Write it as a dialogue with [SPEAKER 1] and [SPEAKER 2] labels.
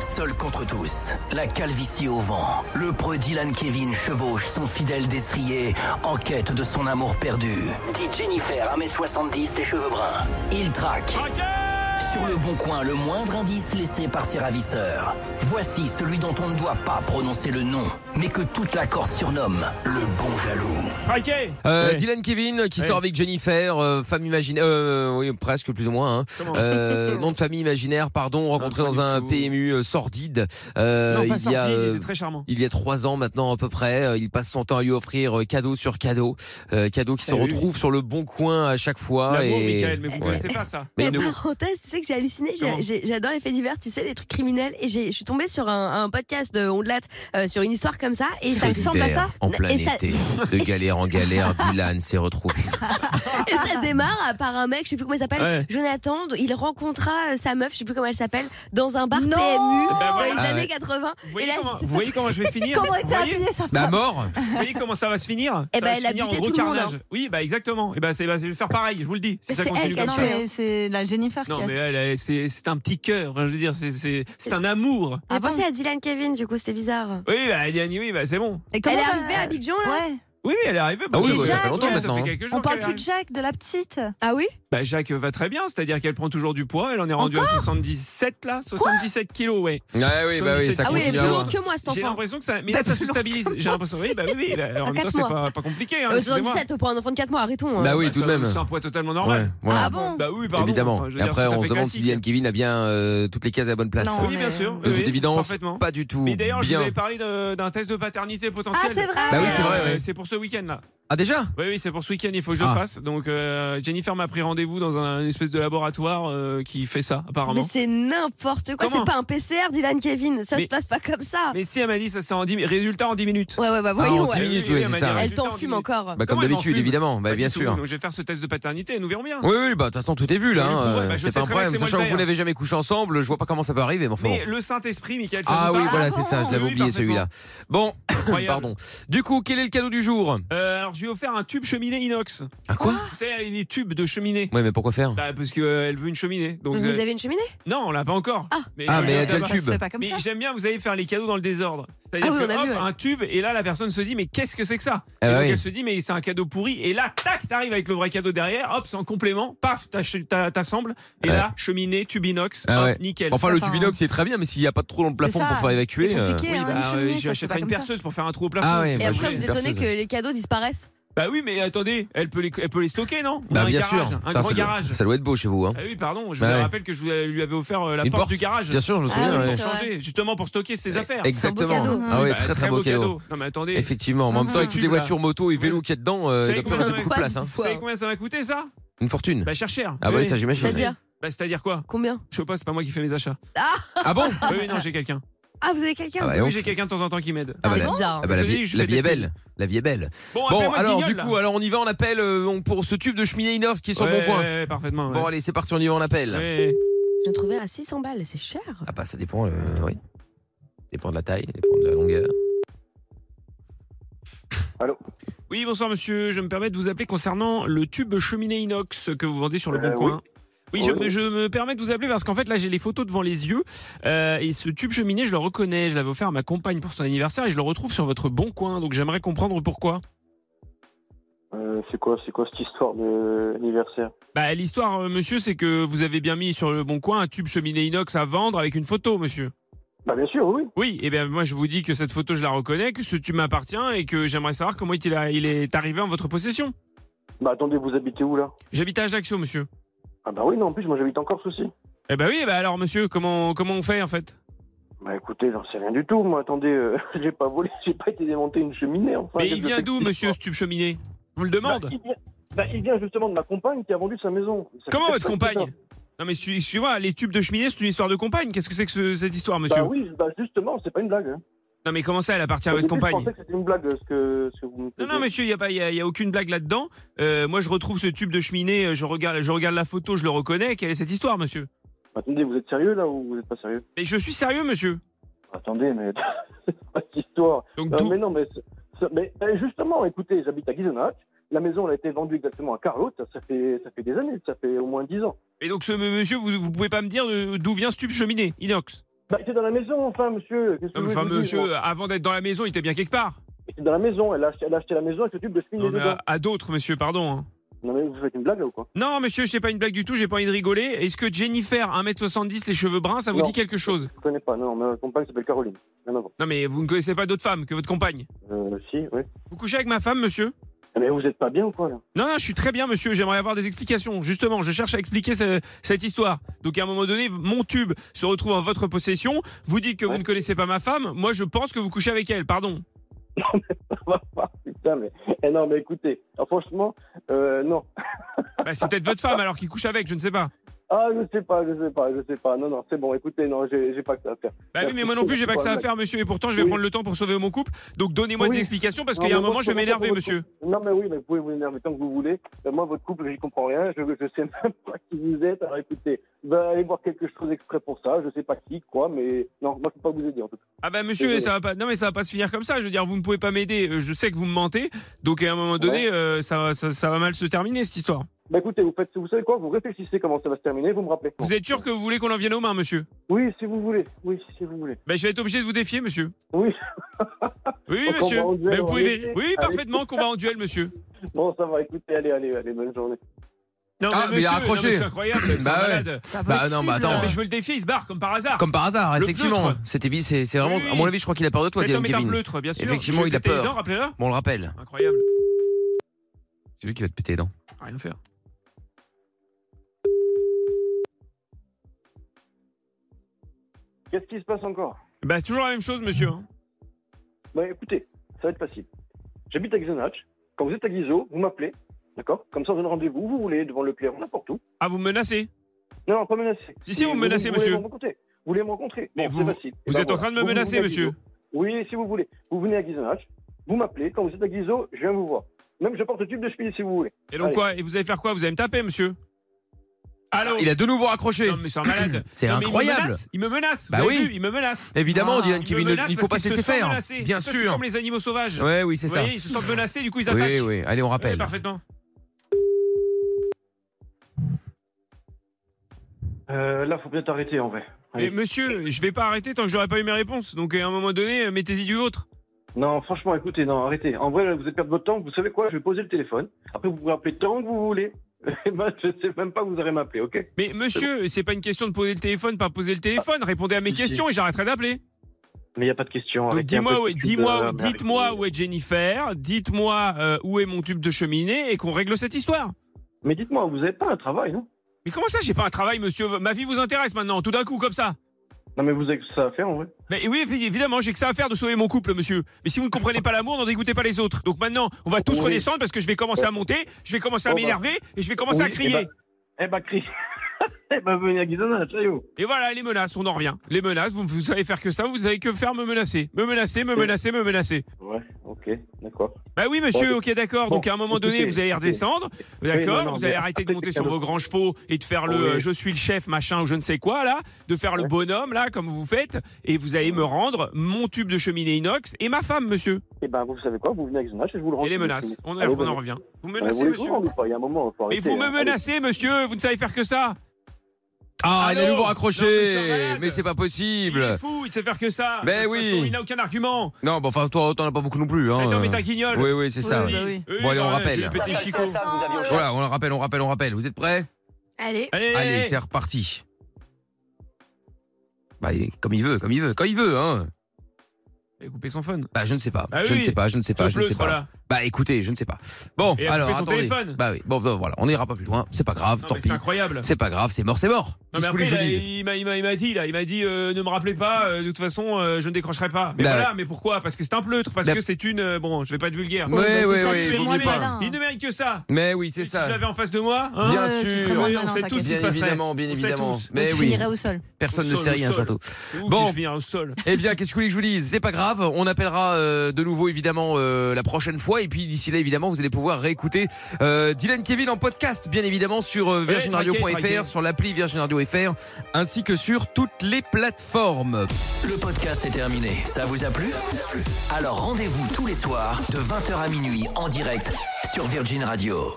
[SPEAKER 1] Seul contre tous, la calvitie au vent, le preux Dylan Kevin chevauche son fidèle destrier en quête de son amour perdu. Dit Jennifer, 1m70, les cheveux bruns. Il traque. Sur le bon coin, le moindre indice laissé par ses ravisseurs. Voici celui dont on ne doit pas prononcer le nom, mais que toute la Corse surnomme le bon jaloux.
[SPEAKER 2] Traqué
[SPEAKER 3] Euh,
[SPEAKER 2] Ouais.
[SPEAKER 3] Dylan Kevin qui
[SPEAKER 2] Ouais.
[SPEAKER 3] sort avec Jennifer, euh, femme imaginaire, euh, oui presque plus ou moins, hein.
[SPEAKER 2] Comment Ah,
[SPEAKER 3] Euh, nom de famille imaginaire, pardon, rencontré
[SPEAKER 2] pas du
[SPEAKER 3] dans un
[SPEAKER 2] tout.
[SPEAKER 3] PMU euh, sordide. Euh,
[SPEAKER 2] Non, pas
[SPEAKER 3] il y
[SPEAKER 2] sorti,
[SPEAKER 3] a
[SPEAKER 2] il
[SPEAKER 3] euh,
[SPEAKER 2] est très charmant.
[SPEAKER 3] il y a trois ans maintenant à peu près, euh, il passe son temps à lui offrir euh, cadeau sur cadeau, euh, cadeau qui se
[SPEAKER 2] Eh oui.
[SPEAKER 3] retrouve sur le bon coin à chaque fois.
[SPEAKER 2] L'amour,
[SPEAKER 3] ah, et...
[SPEAKER 2] Michael, mais vous
[SPEAKER 3] Ouais.
[SPEAKER 2] connaissez pas ça.
[SPEAKER 3] Mais
[SPEAKER 4] Mais
[SPEAKER 3] il ne-
[SPEAKER 4] parenthèse, tu sais que j'ai halluciné, j'ai-
[SPEAKER 2] Comment
[SPEAKER 4] j'ai- j'adore les faits divers, tu sais, les trucs criminels, et j'ai- je suis tombée sur un, un podcast de Ondelat euh, sur une histoire comme ça, et ça
[SPEAKER 3] Fait
[SPEAKER 4] ressemble à
[SPEAKER 3] divers,
[SPEAKER 4] ça.
[SPEAKER 3] En plein
[SPEAKER 4] et, ça
[SPEAKER 3] été, de galère en galère, Dylan s'est retrouvé.
[SPEAKER 4] et ça démarre par un mec, je sais plus comment il s'appelle,
[SPEAKER 2] Ouais.
[SPEAKER 4] Jonathan, il rencontra euh, sa meuf, je sais plus comment elle s'appelle, dans un bar
[SPEAKER 5] Non
[SPEAKER 4] PMU
[SPEAKER 2] Eh ben
[SPEAKER 4] dans
[SPEAKER 2] voilà.
[SPEAKER 4] les
[SPEAKER 3] Ah
[SPEAKER 4] années
[SPEAKER 3] ouais.
[SPEAKER 4] 80.
[SPEAKER 2] Vous voyez,
[SPEAKER 4] et là,
[SPEAKER 2] comment, vous voyez comment je vais finir
[SPEAKER 5] Comment
[SPEAKER 2] vous,
[SPEAKER 5] était
[SPEAKER 2] voyez,
[SPEAKER 5] appelée sa
[SPEAKER 3] Bah
[SPEAKER 5] femme
[SPEAKER 3] mort
[SPEAKER 2] vous voyez comment ça va se finir
[SPEAKER 4] Eh
[SPEAKER 2] Ça
[SPEAKER 4] ben,
[SPEAKER 2] va se
[SPEAKER 4] elle a
[SPEAKER 2] finir en
[SPEAKER 4] buté
[SPEAKER 2] gros
[SPEAKER 4] tout le monde, hein.
[SPEAKER 2] carnage. Oui, bah exactement. Et ben, c'est- bah, je vais faire pareil, je vous le dis. Si
[SPEAKER 4] Mais
[SPEAKER 2] ça
[SPEAKER 4] c'est
[SPEAKER 2] continue
[SPEAKER 4] elle qui a
[SPEAKER 2] comme
[SPEAKER 5] Non,
[SPEAKER 2] ça.
[SPEAKER 4] tué.
[SPEAKER 5] mais c'est la Jennifer qui
[SPEAKER 2] Non,
[SPEAKER 5] a
[SPEAKER 2] mais elle, elle, c'est c'est un petit cœur. hein, je veux dire, c'est- c'est c'est un amour.
[SPEAKER 4] J'ai
[SPEAKER 5] Ah bon
[SPEAKER 4] pensé à Dylan Kevin, du coup, c'était bizarre.
[SPEAKER 2] Oui, bah, elle dit, oui, bah, c'est bon.
[SPEAKER 5] Et comment
[SPEAKER 4] Elle est
[SPEAKER 5] va-
[SPEAKER 4] arrivée à Abidjan, là
[SPEAKER 5] Ouais.
[SPEAKER 2] Oui, elle est arrivée.
[SPEAKER 3] Ah oui,
[SPEAKER 2] bah,
[SPEAKER 5] bah, ça fait
[SPEAKER 2] fait
[SPEAKER 3] longtemps
[SPEAKER 2] quelques
[SPEAKER 3] maintenant,
[SPEAKER 2] jours
[SPEAKER 5] On parle
[SPEAKER 2] qu'elle
[SPEAKER 5] plus de Jacques, de la petite.
[SPEAKER 4] Ah oui
[SPEAKER 2] Bah Jacques va très bien, c'est-à-dire qu'elle prend toujours du poids, elle en est rendue à 77 là, 77 kilos, ouais.
[SPEAKER 3] Ouais, oui, bah oui, ça
[SPEAKER 2] Ah
[SPEAKER 4] Ah oui, elle
[SPEAKER 2] à
[SPEAKER 3] continue
[SPEAKER 4] est plus
[SPEAKER 2] voir.
[SPEAKER 4] grosse que moi, cet
[SPEAKER 2] J'ai
[SPEAKER 4] enfant. Bah,
[SPEAKER 2] l'impression que ça mais là, ça se stabilise. J'ai l'impression oui, bah oui, oui, là, en
[SPEAKER 4] À
[SPEAKER 2] même temps
[SPEAKER 4] quatre
[SPEAKER 2] c'est
[SPEAKER 4] mois.
[SPEAKER 2] pas, pas compliqué hein.
[SPEAKER 4] Euh,
[SPEAKER 2] excusez-moi.
[SPEAKER 4] 77 pour un enfant de 4 mois, arrêtons. hein.
[SPEAKER 3] Bah oui,
[SPEAKER 2] Bah,
[SPEAKER 3] tout de
[SPEAKER 2] ça,
[SPEAKER 3] même.
[SPEAKER 2] C'est un poids totalement
[SPEAKER 3] Ouais,
[SPEAKER 2] normal.
[SPEAKER 3] voilà.
[SPEAKER 4] Ah bon
[SPEAKER 2] Bah oui, pardon.
[SPEAKER 3] Évidemment.
[SPEAKER 2] Enfin, je veux
[SPEAKER 3] Et
[SPEAKER 2] dire,
[SPEAKER 3] après,
[SPEAKER 2] c'est tout à
[SPEAKER 3] on
[SPEAKER 2] fait
[SPEAKER 3] se demande si
[SPEAKER 2] classique.
[SPEAKER 3] Dylan Kevin a bien euh, toutes les cases à la bonne place.
[SPEAKER 5] Non.
[SPEAKER 2] Oui, bien sûr.
[SPEAKER 3] De
[SPEAKER 2] oui,
[SPEAKER 3] toute évidence,
[SPEAKER 2] parfaitement.
[SPEAKER 3] pas du tout.
[SPEAKER 2] Mais d'ailleurs, je
[SPEAKER 3] bien.
[SPEAKER 2] vous avais parlé de- d'un test de paternité
[SPEAKER 5] Ah,
[SPEAKER 2] potentiel.
[SPEAKER 5] c'est vrai
[SPEAKER 3] Bah oui,
[SPEAKER 2] Euh,
[SPEAKER 3] c'est vrai, ouais.
[SPEAKER 2] C'est pour ce week-end là.
[SPEAKER 3] Ah déjà
[SPEAKER 2] Oui, oui, c'est pour ce week-end, il faut que je
[SPEAKER 3] Ah.
[SPEAKER 2] le fasse. Donc euh, Jennifer m'a pris rendez-vous dans un une espèce de laboratoire euh, qui fait ça apparemment.
[SPEAKER 4] Mais c'est n'importe quoi,
[SPEAKER 2] Comment
[SPEAKER 4] c'est pas un PCR, Dylan Kevin, ça
[SPEAKER 2] Mais-
[SPEAKER 4] se passe pas comme ça.
[SPEAKER 2] Mais si elle m'a dit ça, c'est en 10 mi- Résultat en 10 minutes.
[SPEAKER 4] Ouais, ouais,
[SPEAKER 3] Ah,
[SPEAKER 4] bah
[SPEAKER 3] en
[SPEAKER 4] voyons,
[SPEAKER 3] dix
[SPEAKER 4] ouais.
[SPEAKER 3] minutes,
[SPEAKER 2] oui,
[SPEAKER 3] ouais,
[SPEAKER 2] oui,
[SPEAKER 3] c'est
[SPEAKER 2] elle
[SPEAKER 3] ça.
[SPEAKER 2] m'a dit,
[SPEAKER 4] elle t'en fume encore.
[SPEAKER 3] Bah,
[SPEAKER 2] Comment
[SPEAKER 3] comme
[SPEAKER 2] elle m'en
[SPEAKER 3] d'habitude,
[SPEAKER 2] fume
[SPEAKER 3] évidemment. Bah,
[SPEAKER 2] Pas
[SPEAKER 3] bien
[SPEAKER 2] du tout,
[SPEAKER 3] sûr.
[SPEAKER 2] Donc je vais faire ce test de paternité et nous verrons bien.
[SPEAKER 3] Oui, oui, bah, de toute façon, tout est vu,
[SPEAKER 2] Je
[SPEAKER 3] là.
[SPEAKER 2] l'ai
[SPEAKER 3] hein.
[SPEAKER 2] prouvé, bah, je
[SPEAKER 3] c'est
[SPEAKER 2] sais
[SPEAKER 3] pas
[SPEAKER 2] très bien
[SPEAKER 3] un
[SPEAKER 2] que
[SPEAKER 3] problème.
[SPEAKER 2] c'est moi
[SPEAKER 3] Sachant
[SPEAKER 2] le
[SPEAKER 3] que vous
[SPEAKER 2] père.
[SPEAKER 3] n'avez jamais couché ensemble, je vois pas comment ça peut arriver, mais enfin bon.
[SPEAKER 2] Mais le Saint-Esprit, Michael, ça
[SPEAKER 3] Ah
[SPEAKER 2] vous
[SPEAKER 3] oui,
[SPEAKER 2] parle
[SPEAKER 3] voilà, c'est ça, je l'avais
[SPEAKER 2] Oui,
[SPEAKER 3] oublié celui-là. Bon,
[SPEAKER 2] Incroyable.
[SPEAKER 3] pardon. Du coup, quel est le cadeau du jour
[SPEAKER 2] Euh, alors, je lui ai offert un tube cheminée inox.
[SPEAKER 3] Un quoi
[SPEAKER 2] Vous savez, les tubes de cheminée.
[SPEAKER 3] Ouais, mais pourquoi faire
[SPEAKER 2] Bah, parce qu'elle veut une cheminée. Donc,
[SPEAKER 4] Vous
[SPEAKER 2] euh,
[SPEAKER 4] avez une cheminée
[SPEAKER 2] Non, on l'a pas encore.
[SPEAKER 4] Ah.
[SPEAKER 3] Ah, mais elle a
[SPEAKER 2] euh,
[SPEAKER 3] déjà le
[SPEAKER 2] bah,
[SPEAKER 5] Ça
[SPEAKER 3] tube.
[SPEAKER 5] se fait pas comme
[SPEAKER 2] Mais
[SPEAKER 5] ça.
[SPEAKER 2] j'aime bien, vous allez faire les cadeaux dans le désordre. C'est-à-dire
[SPEAKER 4] Ah oui,
[SPEAKER 2] que,
[SPEAKER 4] on a
[SPEAKER 2] hop,
[SPEAKER 4] vu, ouais.
[SPEAKER 2] un tube, et là, la personne se dit, mais qu'est-ce que c'est que ça
[SPEAKER 3] Ah
[SPEAKER 2] Et donc,
[SPEAKER 3] oui.
[SPEAKER 2] elle se dit, mais c'est un cadeau pourri. Et là, tac, t'arrives avec le vrai cadeau derrière, hop, c'est en complément, paf, t'ach- t'a- t'assembles. Et
[SPEAKER 3] Ouais.
[SPEAKER 2] là, cheminée, tube inox,
[SPEAKER 3] Ah
[SPEAKER 2] hop,
[SPEAKER 3] ouais.
[SPEAKER 2] nickel.
[SPEAKER 3] Enfin, le
[SPEAKER 5] Enfin,
[SPEAKER 3] tubinox, c'est très bien, mais s'il n'y a pas de trou dans le plafond
[SPEAKER 5] ça,
[SPEAKER 3] pour faire évacuer.
[SPEAKER 5] c'est
[SPEAKER 3] euh,
[SPEAKER 4] Eh,
[SPEAKER 5] compliqué.
[SPEAKER 2] oui,
[SPEAKER 5] hein,
[SPEAKER 2] bah,
[SPEAKER 5] une cheminée,
[SPEAKER 2] euh,
[SPEAKER 5] ça se fait pas
[SPEAKER 2] j'achèterai une
[SPEAKER 5] comme ça.
[SPEAKER 2] perceuse pour faire un trou au plafond.
[SPEAKER 3] Ah ouais,
[SPEAKER 4] Et
[SPEAKER 3] Bah,
[SPEAKER 4] après,
[SPEAKER 3] je-
[SPEAKER 4] vous étonnez
[SPEAKER 3] perceuse.
[SPEAKER 4] que les cadeaux disparaissent
[SPEAKER 2] Bah oui, mais attendez, elle peut les, elle peut les stocker, non On a
[SPEAKER 3] Bah,
[SPEAKER 2] un
[SPEAKER 3] bien
[SPEAKER 2] garage,
[SPEAKER 3] sûr.
[SPEAKER 2] Un
[SPEAKER 3] Putain,
[SPEAKER 2] grand
[SPEAKER 3] ça doit-
[SPEAKER 2] garage.
[SPEAKER 3] Ça doit être beau chez vous, hein.
[SPEAKER 2] Ah oui, pardon, je
[SPEAKER 3] Bah
[SPEAKER 2] vous
[SPEAKER 3] ouais.
[SPEAKER 2] rappelle que je vous- lui avais offert euh, la
[SPEAKER 3] Une
[SPEAKER 2] porte,
[SPEAKER 3] porte,
[SPEAKER 2] du garage.
[SPEAKER 3] Bien sûr, je me
[SPEAKER 4] Ah
[SPEAKER 3] souviens.
[SPEAKER 4] oui,
[SPEAKER 3] ouais.
[SPEAKER 4] c'est vrai.
[SPEAKER 2] Changer, justement pour stocker ses affaires.
[SPEAKER 4] C'est un
[SPEAKER 3] Exactement.
[SPEAKER 4] beau cadeau.
[SPEAKER 3] Ah oui,
[SPEAKER 2] Bah,
[SPEAKER 3] très très beau cadeau.
[SPEAKER 2] Non mais attendez.
[SPEAKER 3] Effectivement, mais en même temps, avec
[SPEAKER 2] Mhm.
[SPEAKER 3] toutes les voitures moto et vélos qu'il y a dedans, euh,
[SPEAKER 2] Vous
[SPEAKER 3] il
[SPEAKER 2] savez
[SPEAKER 3] doit pas
[SPEAKER 2] combien
[SPEAKER 3] rester
[SPEAKER 2] ça
[SPEAKER 3] beaucoup de
[SPEAKER 4] coûte
[SPEAKER 3] place. hein.
[SPEAKER 2] Vous savez combien ça m'a coûté ça
[SPEAKER 3] Une fortune.
[SPEAKER 2] Bah cher cher.
[SPEAKER 3] Ah ouais,
[SPEAKER 2] Oui.
[SPEAKER 3] ça j'imagine.
[SPEAKER 4] C'est-à-dire
[SPEAKER 2] Bah c'est-à-dire quoi
[SPEAKER 4] Combien
[SPEAKER 2] Je sais pas, c'est pas moi qui fais mes achats.
[SPEAKER 3] Ah bon
[SPEAKER 2] Oui, oui, non, j'ai quelqu'un.
[SPEAKER 4] Ah, vous avez quelqu'un
[SPEAKER 3] Ah bah,
[SPEAKER 2] Oui,
[SPEAKER 3] donc.
[SPEAKER 2] j'ai quelqu'un de temps en temps qui m'aide.
[SPEAKER 3] Ah bah,
[SPEAKER 4] C'est
[SPEAKER 3] la,
[SPEAKER 4] bizarre.
[SPEAKER 3] ah bah, la
[SPEAKER 2] Je
[SPEAKER 3] vie,
[SPEAKER 2] dis, je
[SPEAKER 3] la
[SPEAKER 2] pète
[SPEAKER 3] vie est
[SPEAKER 2] les
[SPEAKER 3] belle. La vie est belle.
[SPEAKER 2] Bon,
[SPEAKER 3] Bon,
[SPEAKER 2] appelle-moi ce
[SPEAKER 3] alors
[SPEAKER 2] guignol,
[SPEAKER 3] du
[SPEAKER 2] là.
[SPEAKER 3] coup, alors on y va, on appelle euh, on- pour ce tube de cheminée inox qui est sur
[SPEAKER 2] Ouais,
[SPEAKER 3] bon coin.
[SPEAKER 2] ouais, ouais, parfaitement.
[SPEAKER 3] Bon,
[SPEAKER 2] ouais.
[SPEAKER 3] allez, c'est parti, on y va, on appelle.
[SPEAKER 2] Ouais.
[SPEAKER 4] Je l'ai trouvé à 600 balles, c'est cher.
[SPEAKER 3] Ah bah ça dépend, euh, oui. Dépend de la taille, dépend de la longueur.
[SPEAKER 2] Oui, bonsoir monsieur, je me permets de vous appeler concernant le tube cheminée inox que vous vendez sur le
[SPEAKER 6] Euh,
[SPEAKER 2] bon coin. Oui, je,
[SPEAKER 6] Oui.
[SPEAKER 2] me- je me permets de vous appeler parce qu'en fait là j'ai les photos devant les yeux euh, et ce tube cheminée je le reconnais, je l'avais offert à ma compagne pour son anniversaire et je le retrouve sur votre bon coin donc j'aimerais comprendre pourquoi.
[SPEAKER 6] Euh, c'est quoi, c'est quoi cette histoire de anniversaire
[SPEAKER 2] Bah l'histoire euh, monsieur c'est que vous avez bien mis sur le bon coin un tube cheminée inox à vendre avec une photo monsieur.
[SPEAKER 6] Bah bien sûr, oui.
[SPEAKER 2] Oui, et bien moi je vous dis que cette photo je la reconnais, que ce tube m'appartient et que j'aimerais savoir comment il est, il est arrivé en votre possession.
[SPEAKER 6] Bah attendez, vous habitez où là
[SPEAKER 2] J'habite à Ajaccio monsieur.
[SPEAKER 6] Ah bah oui, non, en plus moi j'habite en Corse aussi.
[SPEAKER 2] Eh ben oui, eh ben alors monsieur, comment comment on fait en fait
[SPEAKER 6] Bah écoutez, j'en sais rien du tout. Moi, attendez, euh, j'ai pas volé, j'ai pas été démonter une cheminée. Enfin,
[SPEAKER 2] Mais
[SPEAKER 6] qu'est-ce
[SPEAKER 2] il
[SPEAKER 6] que
[SPEAKER 2] vient
[SPEAKER 6] c'est
[SPEAKER 2] d'où
[SPEAKER 6] que cette
[SPEAKER 2] monsieur ce tube cheminée Je vous le
[SPEAKER 6] histoire
[SPEAKER 2] demande.
[SPEAKER 6] bah, il vient, bah, il vient justement de ma compagne qui a vendu sa maison. Ça
[SPEAKER 2] comment
[SPEAKER 6] fait
[SPEAKER 2] votre
[SPEAKER 6] pas de
[SPEAKER 2] compagne Non mais su- suivez-moi, les tubes de cheminée c'est une histoire de compagne. Qu'est-ce que c'est que ce- cette histoire
[SPEAKER 6] ça.
[SPEAKER 2] monsieur
[SPEAKER 6] Bah oui, bah justement, c'est pas une blague. hein.
[SPEAKER 2] Non mais comment ça elle appartient à
[SPEAKER 6] Au
[SPEAKER 2] votre
[SPEAKER 6] début, Je
[SPEAKER 2] compagne
[SPEAKER 6] pensais que c'était une blague ce que, ce que vous me
[SPEAKER 2] non,
[SPEAKER 6] faisiez.
[SPEAKER 2] non, monsieur, il n'y a, pas- y a, y a aucune blague là-dedans. Euh, moi, je retrouve ce tube de cheminée, euh, je regarde, je regarde la photo, je le reconnais. Quelle est cette histoire, monsieur
[SPEAKER 6] Attendez, vous êtes sérieux là ou vous êtes pas sérieux
[SPEAKER 2] Mais je suis sérieux, monsieur.
[SPEAKER 6] Attendez, mais c'est pas cette histoire.
[SPEAKER 2] Donc,
[SPEAKER 6] Non,
[SPEAKER 2] d'où-
[SPEAKER 6] Euh, Bah, mais non, mais, c'est- c'est- mais, euh, justement, écoutez, j'habite à Guisenach. La maison, elle a été vendue exactement à Carlotte. Ça, ça fait, ça fait des années, ça fait au moins 10 ans.
[SPEAKER 2] euh, Et donc, ce monsieur, vous ne pouvez pas me dire de- d'où vient ce tube cheminée, inox
[SPEAKER 6] Bah, il était dans la maison, enfin, monsieur. Qu'est-ce que
[SPEAKER 2] Non, mais
[SPEAKER 6] vous
[SPEAKER 2] Enfin,
[SPEAKER 6] voulez que je vous dise, moi
[SPEAKER 2] monsieur, avant d'être dans la maison, il était bien quelque part.
[SPEAKER 6] Il était dans la maison, elle a acheté, elle a acheté la maison avec le tube de spin
[SPEAKER 2] Non, mais euh,
[SPEAKER 6] dedans.
[SPEAKER 2] à, à d'autres, monsieur, pardon. hein.
[SPEAKER 6] Non, mais vous faites une blague là ou quoi
[SPEAKER 2] Non, monsieur, je sais pas une blague du tout, j'ai pas envie de rigoler. Est-ce que Jennifer, 1m70, les cheveux bruns, ça vous
[SPEAKER 6] Non.
[SPEAKER 2] dit quelque chose
[SPEAKER 6] Je connais pas, non, ma compagne s'appelle Caroline. Rien à voir.
[SPEAKER 2] Non, mais vous ne connaissez pas d'autres femmes que votre compagne
[SPEAKER 6] Euh, si, oui.
[SPEAKER 2] Vous couchez avec ma femme, monsieur
[SPEAKER 6] Mais vous êtes pas bien ou quoi là
[SPEAKER 2] Non, non, je suis très bien, monsieur. J'aimerais avoir des explications. Justement, je cherche à expliquer ce- cette histoire. Donc, à un moment donné, mon tube se retrouve en votre possession. Vous dites que vous
[SPEAKER 6] Ouais.
[SPEAKER 2] ne connaissez pas ma femme. Moi, je pense que vous couchez avec elle. Pardon.
[SPEAKER 6] Putain, mais. Eh non, mais écoutez, alors, franchement, euh, non.
[SPEAKER 2] Bah, c'est peut-être votre femme alors qui couche avec. Je ne sais pas.
[SPEAKER 6] Ah, je sais pas, je sais pas, je sais pas. Non, non, c'est bon, écoutez, non, j'ai j'ai pas que ça à faire.
[SPEAKER 2] Bah oui, mais moi non plus, j'ai pas que ça à faire, monsieur. Et pourtant, je vais
[SPEAKER 6] Oui.
[SPEAKER 2] prendre le temps pour sauver mon couple. Donc, donnez-moi
[SPEAKER 6] Oui.
[SPEAKER 2] des explications parce
[SPEAKER 6] Non,
[SPEAKER 2] qu'il y a un
[SPEAKER 6] mais moi,
[SPEAKER 2] moment, je vais
[SPEAKER 6] comprends pas
[SPEAKER 2] m'énerver,
[SPEAKER 6] votre
[SPEAKER 2] monsieur.
[SPEAKER 6] Non, mais oui, mais vous pouvez vous énerver tant que vous voulez. Euh, moi, votre couple, j'y comprends rien. Je, je sais même pas qui vous êtes. Alors écoutez, bah, allez voir quelque chose exprès pour ça. Je sais pas qui, quoi, mais non, moi, je peux pas vous aider en tout cas.
[SPEAKER 2] Ah bah monsieur,
[SPEAKER 6] Désolé.
[SPEAKER 2] ça va pas. Non mais ça va pas se finir comme ça. Je veux dire, vous ne pouvez pas m'aider. Euh, Je sais que vous me mentez. Donc à un moment donné, euh, ça, va- ça- ça va mal se terminer cette histoire.
[SPEAKER 6] Bah écoutez, vous faites, vous savez quoi Vous réfléchissez comment ça va se terminer, vous me rappelez.
[SPEAKER 2] Vous êtes sûr que vous voulez qu'on en vienne aux mains, monsieur
[SPEAKER 6] Oui, si vous voulez. Oui, si vous voulez.
[SPEAKER 2] Bah je vais être obligé de vous défier, monsieur.
[SPEAKER 6] Oui,
[SPEAKER 2] Oui,
[SPEAKER 6] Au
[SPEAKER 2] monsieur.
[SPEAKER 6] combat en duel,
[SPEAKER 2] Mais vous
[SPEAKER 6] on
[SPEAKER 2] pouvez
[SPEAKER 6] va
[SPEAKER 2] vér-
[SPEAKER 6] essayer.
[SPEAKER 2] Oui,
[SPEAKER 6] Allez.
[SPEAKER 2] parfaitement. Combat en duel, monsieur.
[SPEAKER 6] bon, ça va. Écoutez, allez, allez, allez, bonne journée.
[SPEAKER 2] Non,
[SPEAKER 3] Ah, mais il
[SPEAKER 2] monsieur,
[SPEAKER 3] a raccroché.
[SPEAKER 2] non, mais C'est incroyable. c'est
[SPEAKER 3] Bah
[SPEAKER 2] un
[SPEAKER 3] ouais.
[SPEAKER 2] malade.
[SPEAKER 3] Bah non, bah
[SPEAKER 2] Non,
[SPEAKER 3] attends.
[SPEAKER 2] mais je veux le défier. Il se barre comme par hasard.
[SPEAKER 3] Comme par hasard,
[SPEAKER 2] Le
[SPEAKER 3] effectivement.
[SPEAKER 2] pleutre.
[SPEAKER 3] Cet ébi, c'est c'est vraiment.
[SPEAKER 2] Oui, oui.
[SPEAKER 3] À mon avis, je crois qu'il a peur de toi,
[SPEAKER 2] Cet
[SPEAKER 3] Dylan
[SPEAKER 2] homme est un
[SPEAKER 3] Kevin.
[SPEAKER 2] pleutre, bien sûr.
[SPEAKER 3] Effectivement,
[SPEAKER 2] Je vais
[SPEAKER 3] il a
[SPEAKER 2] péter les
[SPEAKER 3] peur.
[SPEAKER 2] dents, Rappelez-le.
[SPEAKER 3] Bon, on le rappelle.
[SPEAKER 2] Incroyable.
[SPEAKER 3] C'est lui qui va te péter les dents.
[SPEAKER 2] Rien faire.
[SPEAKER 6] Qu'est-ce qui se passe encore
[SPEAKER 2] Bah c'est toujours la même chose, monsieur. hein.
[SPEAKER 6] Bah écoutez, ça va être facile. J'habite à Xenach. Quand vous êtes à Guizot, vous m'appelez, d'accord Comme ça, on donne rendez-vous où vous voulez, devant le clairon, n'importe où.
[SPEAKER 2] Ah vous me menacez.
[SPEAKER 6] Non, non, pas menacé.
[SPEAKER 2] Si, si, vous me
[SPEAKER 6] Et
[SPEAKER 2] menacez,
[SPEAKER 6] voulez
[SPEAKER 2] monsieur.
[SPEAKER 6] me rencontrer. Vous voulez me rencontrer
[SPEAKER 2] Mais
[SPEAKER 6] Bon,
[SPEAKER 2] vous-
[SPEAKER 6] c'est facile.
[SPEAKER 2] Vous
[SPEAKER 6] Eh ben
[SPEAKER 2] êtes en
[SPEAKER 6] voilà.
[SPEAKER 2] train de me
[SPEAKER 6] Vous venez
[SPEAKER 2] menacer,
[SPEAKER 6] à
[SPEAKER 2] monsieur.
[SPEAKER 6] Guizot. Oui, si vous voulez. Vous venez à Guizonach, vous m'appelez. Quand vous êtes à Guizot, je viens vous voir. Même je porte le tube de chemise si vous voulez.
[SPEAKER 2] Et donc
[SPEAKER 6] Allez.
[SPEAKER 2] quoi Et vous allez faire quoi Vous allez me taper, monsieur Allô
[SPEAKER 3] Il a de nouveau raccroché.
[SPEAKER 2] Non mais c'est un malade.
[SPEAKER 3] C'est
[SPEAKER 2] Non, mais il me
[SPEAKER 3] incroyable.
[SPEAKER 2] menace, Il me menace.
[SPEAKER 3] Bah
[SPEAKER 2] vous
[SPEAKER 3] oui.
[SPEAKER 2] avez vu, il me menace.
[SPEAKER 3] Évidemment,
[SPEAKER 5] Ah,
[SPEAKER 3] Dylan
[SPEAKER 2] me
[SPEAKER 3] Kevin,
[SPEAKER 2] menace
[SPEAKER 3] il faut
[SPEAKER 2] parce
[SPEAKER 3] pas
[SPEAKER 2] qu'il
[SPEAKER 3] se laisser
[SPEAKER 2] sent
[SPEAKER 3] faire. hein.
[SPEAKER 2] menacer.
[SPEAKER 3] Bien
[SPEAKER 2] Ça, C'est
[SPEAKER 3] sûr.
[SPEAKER 2] comme les animaux sauvages.
[SPEAKER 3] Ouais, oui, c'est
[SPEAKER 2] vous
[SPEAKER 3] ça.
[SPEAKER 2] voyez, ils se sentent menacés, du coup ils attaquent.
[SPEAKER 3] Oui, oui. Allez, on
[SPEAKER 2] Oui,
[SPEAKER 3] rappelle.
[SPEAKER 2] parfaitement.
[SPEAKER 6] Euh, là, faut bien t'arrêter en vrai.
[SPEAKER 2] Mais
[SPEAKER 6] Oui.
[SPEAKER 2] monsieur, je vais pas arrêter tant que j'aurai pas eu mes réponses. Donc à un moment donné, euh, mettez-y du vôtre.
[SPEAKER 6] Non, franchement, écoutez, non, arrêtez. En vrai, là, vous allez perdre votre temps. Vous savez quoi Je vais poser le téléphone. Après, vous pouvez appeler tant que vous voulez. Eh ben, je sais même pas que vous allez m'appeler, ok
[SPEAKER 2] Mais monsieur, c'est pas une question de poser le téléphone, pas poser le téléphone. Répondez à mes
[SPEAKER 6] Si, si.
[SPEAKER 2] questions et j'arrêterai d'appeler.
[SPEAKER 6] Mais il a pas de question.
[SPEAKER 2] Donc,
[SPEAKER 6] arrêtez un
[SPEAKER 2] Euh, Dis-moi,
[SPEAKER 6] peu
[SPEAKER 2] où est-
[SPEAKER 6] ce cul de-
[SPEAKER 2] dis-moi,
[SPEAKER 6] mais
[SPEAKER 2] dites-moi
[SPEAKER 6] arrêtez.
[SPEAKER 2] où est Jennifer. Dites-moi euh, où est mon tube de cheminée et qu'on règle cette histoire.
[SPEAKER 6] Mais dites-moi, vous avez pas un travail, non
[SPEAKER 2] Mais comment ça, j'ai pas un travail, monsieur Ma vie vous intéresse maintenant, tout d'un coup, comme ça
[SPEAKER 6] Non, mais vous avez que ça à faire en vrai.
[SPEAKER 2] mais oui, évi- évidemment, j'ai que ça à faire de sauver mon couple, monsieur. Mais si vous ne comprenez pas l'amour, n'en dégoûtez pas les autres. Donc maintenant, on va tous
[SPEAKER 6] Oui.
[SPEAKER 2] redescendre parce que je vais commencer à monter, je vais commencer à
[SPEAKER 6] Oh bah.
[SPEAKER 2] m'énerver et je vais commencer
[SPEAKER 6] Oui,
[SPEAKER 2] à crier.
[SPEAKER 6] eh ben- Eh ben, crie. eh ben, venez à Guizona, ça y est.
[SPEAKER 2] Et voilà, les menaces, on en revient. Les menaces, vous, vous savez faire que ça, vous savez que faire me menacer. Me menacer, me menacer, me menacer.
[SPEAKER 6] Ouais, ok, d'accord.
[SPEAKER 2] Bah oui, monsieur,
[SPEAKER 6] Bon,
[SPEAKER 2] ok, d'accord. Donc à un moment donné,
[SPEAKER 6] écoutez,
[SPEAKER 2] vous allez redescendre,
[SPEAKER 6] Oui, non,
[SPEAKER 2] d'accord
[SPEAKER 6] non,
[SPEAKER 2] Vous allez
[SPEAKER 6] mais
[SPEAKER 2] arrêter de
[SPEAKER 6] après,
[SPEAKER 2] monter
[SPEAKER 6] c'est
[SPEAKER 2] sur
[SPEAKER 6] cadeau.
[SPEAKER 2] vos grands chevaux et de faire le
[SPEAKER 6] Oui.
[SPEAKER 2] euh, je suis le chef, machin, ou je ne sais quoi, là, de faire le
[SPEAKER 6] Ouais.
[SPEAKER 2] bonhomme, là, comme vous faites, et vous allez me rendre mon tube de cheminée inox et ma femme, monsieur.
[SPEAKER 6] Eh ben, vous savez quoi Vous venez à Guizona, je vous le rends.
[SPEAKER 2] Et les menaces. On,
[SPEAKER 6] Allez,
[SPEAKER 2] on
[SPEAKER 6] venez.
[SPEAKER 2] en revient. Vous me
[SPEAKER 3] Bah,
[SPEAKER 6] Ah,
[SPEAKER 2] menacez,
[SPEAKER 6] Vous voulez vous
[SPEAKER 2] monsieur
[SPEAKER 6] rendre ou pas Il y a un moment, faut
[SPEAKER 2] Mais
[SPEAKER 6] arrêter.
[SPEAKER 2] vous me
[SPEAKER 6] hein.
[SPEAKER 2] menacez, monsieur Vous ne savez faire que ça
[SPEAKER 3] Ah, il a de
[SPEAKER 2] Allô Non,
[SPEAKER 3] nouveau
[SPEAKER 2] mais c'est un
[SPEAKER 3] raccroché.
[SPEAKER 2] malade.
[SPEAKER 3] Mais c'est pas
[SPEAKER 2] Il
[SPEAKER 3] possible.
[SPEAKER 2] est fou, il sait faire que ça
[SPEAKER 3] Mais
[SPEAKER 2] De toute
[SPEAKER 3] oui.
[SPEAKER 2] façon, Il n'a aucun argument
[SPEAKER 3] Non, bon, enfin, toi, t'en as pas beaucoup non plus.
[SPEAKER 2] Cet homme
[SPEAKER 3] Hein.
[SPEAKER 2] est un guignol
[SPEAKER 3] Oui, oui, c'est ça.
[SPEAKER 5] Oui, bah oui.
[SPEAKER 3] Bon, allez, on
[SPEAKER 2] bah,
[SPEAKER 3] rappelle.
[SPEAKER 2] je vais péter Chico.
[SPEAKER 3] Voilà, on le rappelle, on rappelle, on rappelle. Vous êtes prêts
[SPEAKER 4] Allez.
[SPEAKER 2] Allez,
[SPEAKER 3] Allez, c'est reparti. Bah, il- comme il veut, comme il veut, quand il veut, hein.
[SPEAKER 2] allez. Coupez son fun.
[SPEAKER 3] Bah, je ne sais pas.
[SPEAKER 2] Ah
[SPEAKER 3] je
[SPEAKER 2] oui.
[SPEAKER 3] ne sais pas, je ne sais pas,
[SPEAKER 2] Son
[SPEAKER 3] je ne sais
[SPEAKER 2] pleutre,
[SPEAKER 3] pas.
[SPEAKER 2] là.
[SPEAKER 3] Bah, écoutez, je ne sais pas. Bon,
[SPEAKER 2] Et elle a
[SPEAKER 3] alors,
[SPEAKER 2] coupé son
[SPEAKER 3] attendez.
[SPEAKER 2] téléphone.
[SPEAKER 3] Bah oui, bon, bon, voilà, on n'ira pas plus loin. C'est pas grave,
[SPEAKER 2] Non,
[SPEAKER 3] tant
[SPEAKER 2] mais C'est
[SPEAKER 3] pis.
[SPEAKER 2] incroyable.
[SPEAKER 3] C'est pas grave, c'est mort, c'est mort.
[SPEAKER 2] Non, mais
[SPEAKER 3] Qu'est-ce que vous
[SPEAKER 2] après,
[SPEAKER 3] voulez que je
[SPEAKER 2] il a-
[SPEAKER 3] dise
[SPEAKER 2] il m'a- il m'a il m'a dit, là, il m'a dit, euh, ne me rappelez pas, euh, de toute façon, euh, je ne décrocherai pas. Mais
[SPEAKER 3] Bah,
[SPEAKER 2] voilà, mais pourquoi Parce que c'est un pleutre, parce
[SPEAKER 3] Bah-
[SPEAKER 2] que c'est une. euh, bon, je vais pas être vulgaire.
[SPEAKER 3] Ouais, ouais,
[SPEAKER 5] bah, c'est
[SPEAKER 3] ouais,
[SPEAKER 5] ça, tu
[SPEAKER 3] il
[SPEAKER 5] fais
[SPEAKER 3] faut
[SPEAKER 5] moins
[SPEAKER 3] que
[SPEAKER 5] le
[SPEAKER 3] je parle.
[SPEAKER 5] malin.
[SPEAKER 2] Il ne mérite que ça.
[SPEAKER 3] Mais oui, c'est
[SPEAKER 2] Et
[SPEAKER 3] ça.
[SPEAKER 2] Si j'avais en face de moi, hein,
[SPEAKER 3] Bien
[SPEAKER 5] Ouais, tu ferais
[SPEAKER 3] sûr.
[SPEAKER 5] moins le
[SPEAKER 2] on
[SPEAKER 5] malin,
[SPEAKER 2] sait
[SPEAKER 5] t'inquiète.
[SPEAKER 2] tous ce qui se
[SPEAKER 3] Bien
[SPEAKER 2] passerait.
[SPEAKER 3] évidemment, bien
[SPEAKER 2] On sait
[SPEAKER 3] évidemment.
[SPEAKER 2] tous.
[SPEAKER 3] Mais
[SPEAKER 5] Tu
[SPEAKER 3] oui,
[SPEAKER 5] finirais au sol.
[SPEAKER 3] personne
[SPEAKER 2] Au
[SPEAKER 3] ne
[SPEAKER 2] sol,
[SPEAKER 3] sait
[SPEAKER 2] au
[SPEAKER 3] rien
[SPEAKER 2] sol.
[SPEAKER 3] surtout.
[SPEAKER 2] C'est où
[SPEAKER 3] Bon.
[SPEAKER 2] que je viens au sol
[SPEAKER 3] Eh bien, qu'est-ce que vous voulez que je vous dise C'est pas grave, on appellera euh, de nouveau évidemment euh, la prochaine fois et puis d'ici là évidemment vous allez pouvoir réécouter euh, Dylan Kevin en podcast bien évidemment sur
[SPEAKER 2] Ouais,
[SPEAKER 3] euh,
[SPEAKER 2] traquez,
[SPEAKER 3] virginradio.fr,
[SPEAKER 2] traquez.
[SPEAKER 3] sur l'appli virginradio.fr ainsi que sur toutes les plateformes.
[SPEAKER 1] Le podcast est terminé. Ça vous a plu Alors rendez-vous tous les soirs de 20h à minuit en direct sur Virgin Radio.